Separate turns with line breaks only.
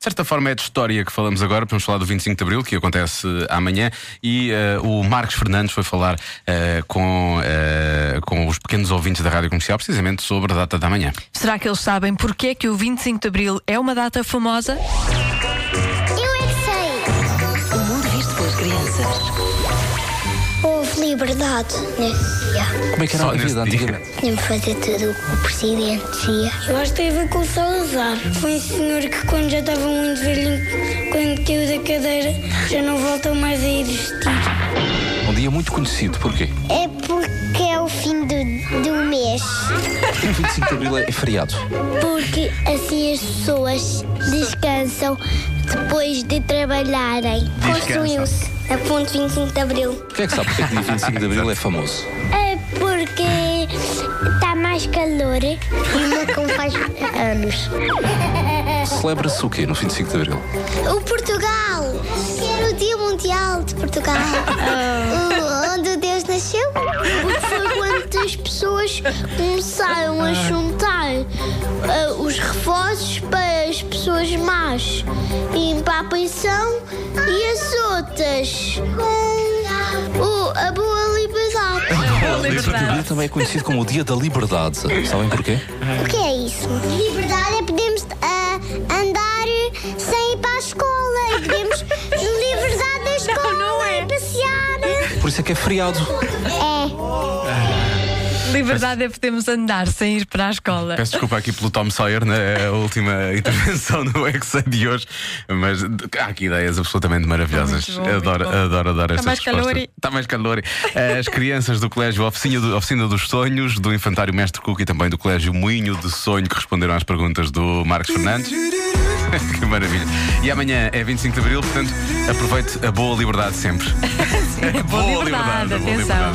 certa forma é de história que falamos agora, vamos falar do 25 de Abril, que acontece eh, amanhã, e eh, o Marcos Fernandes foi falar eh, com, eh, com os pequenos ouvintes da Rádio Comercial, precisamente sobre a data da manhã.
Será que eles sabem porque é que o 25 de Abril é uma data famosa?
Eu é que sei.
O mundo visto pelas crianças.
Houve liberdade nesse dia.
Como é que era
Só
a
nesse
vida
dia.
antigamente?
Podíamos fazer tudo o que o presidente dizia. Eu acho que tem a ver com o Salazar. Foi um senhor que, quando já estava muito velhinho, quando caiu da cadeira, já não voltou mais a ir vestir.
Um dia muito conhecido, porquê?
É porque é o fim do, do mês.
Porque 25 de Abril é é feriado.
Porque assim as pessoas descansam depois de trabalharem. Construiu-se a ponte 25 de Abril.
Porquê é que sabe porque é que dia 25 de Abril é famoso?
É porque está mais calor e o Macão faz anos.
Celebra-se o quê no 25 de Abril?
O Portugal! Era o Dia Mundial de Portugal. O- Onde Deus nasceu? Porque foi quando as pessoas começaram a juntar ah, os reforços para as pessoas más e para a pensão e as outras com o- a boa liberdade.
Ele também é conhecido como o Dia da Liberdade. Sabem porquê?
O que é isso? Liberdade é podermos ah, andar sem ir para a escola e podemos liberdade da escola e passear.
Por isso é que é feriado.
É.
Liberdade é podemos andar sem ir para a escola.
Peço desculpa aqui pelo Tom Sawyer na última intervenção no Exa de hoje, mas há aqui ideias absolutamente maravilhosas.
Muito bom, muito
adoro,
bom.
adoro, adoro estas
Está mais
respostas.
calor e-
Está mais calor. As crianças do Colégio Oficina, do- Oficina dos Sonhos, do Infantário Mestre Cook e também do Colégio Moinho de Sonho que responderam às perguntas do Marcos Fernandes. que maravilha. E amanhã é 25 de Abril, portanto, aproveite a boa liberdade sempre.
Boa liberdade, atenção.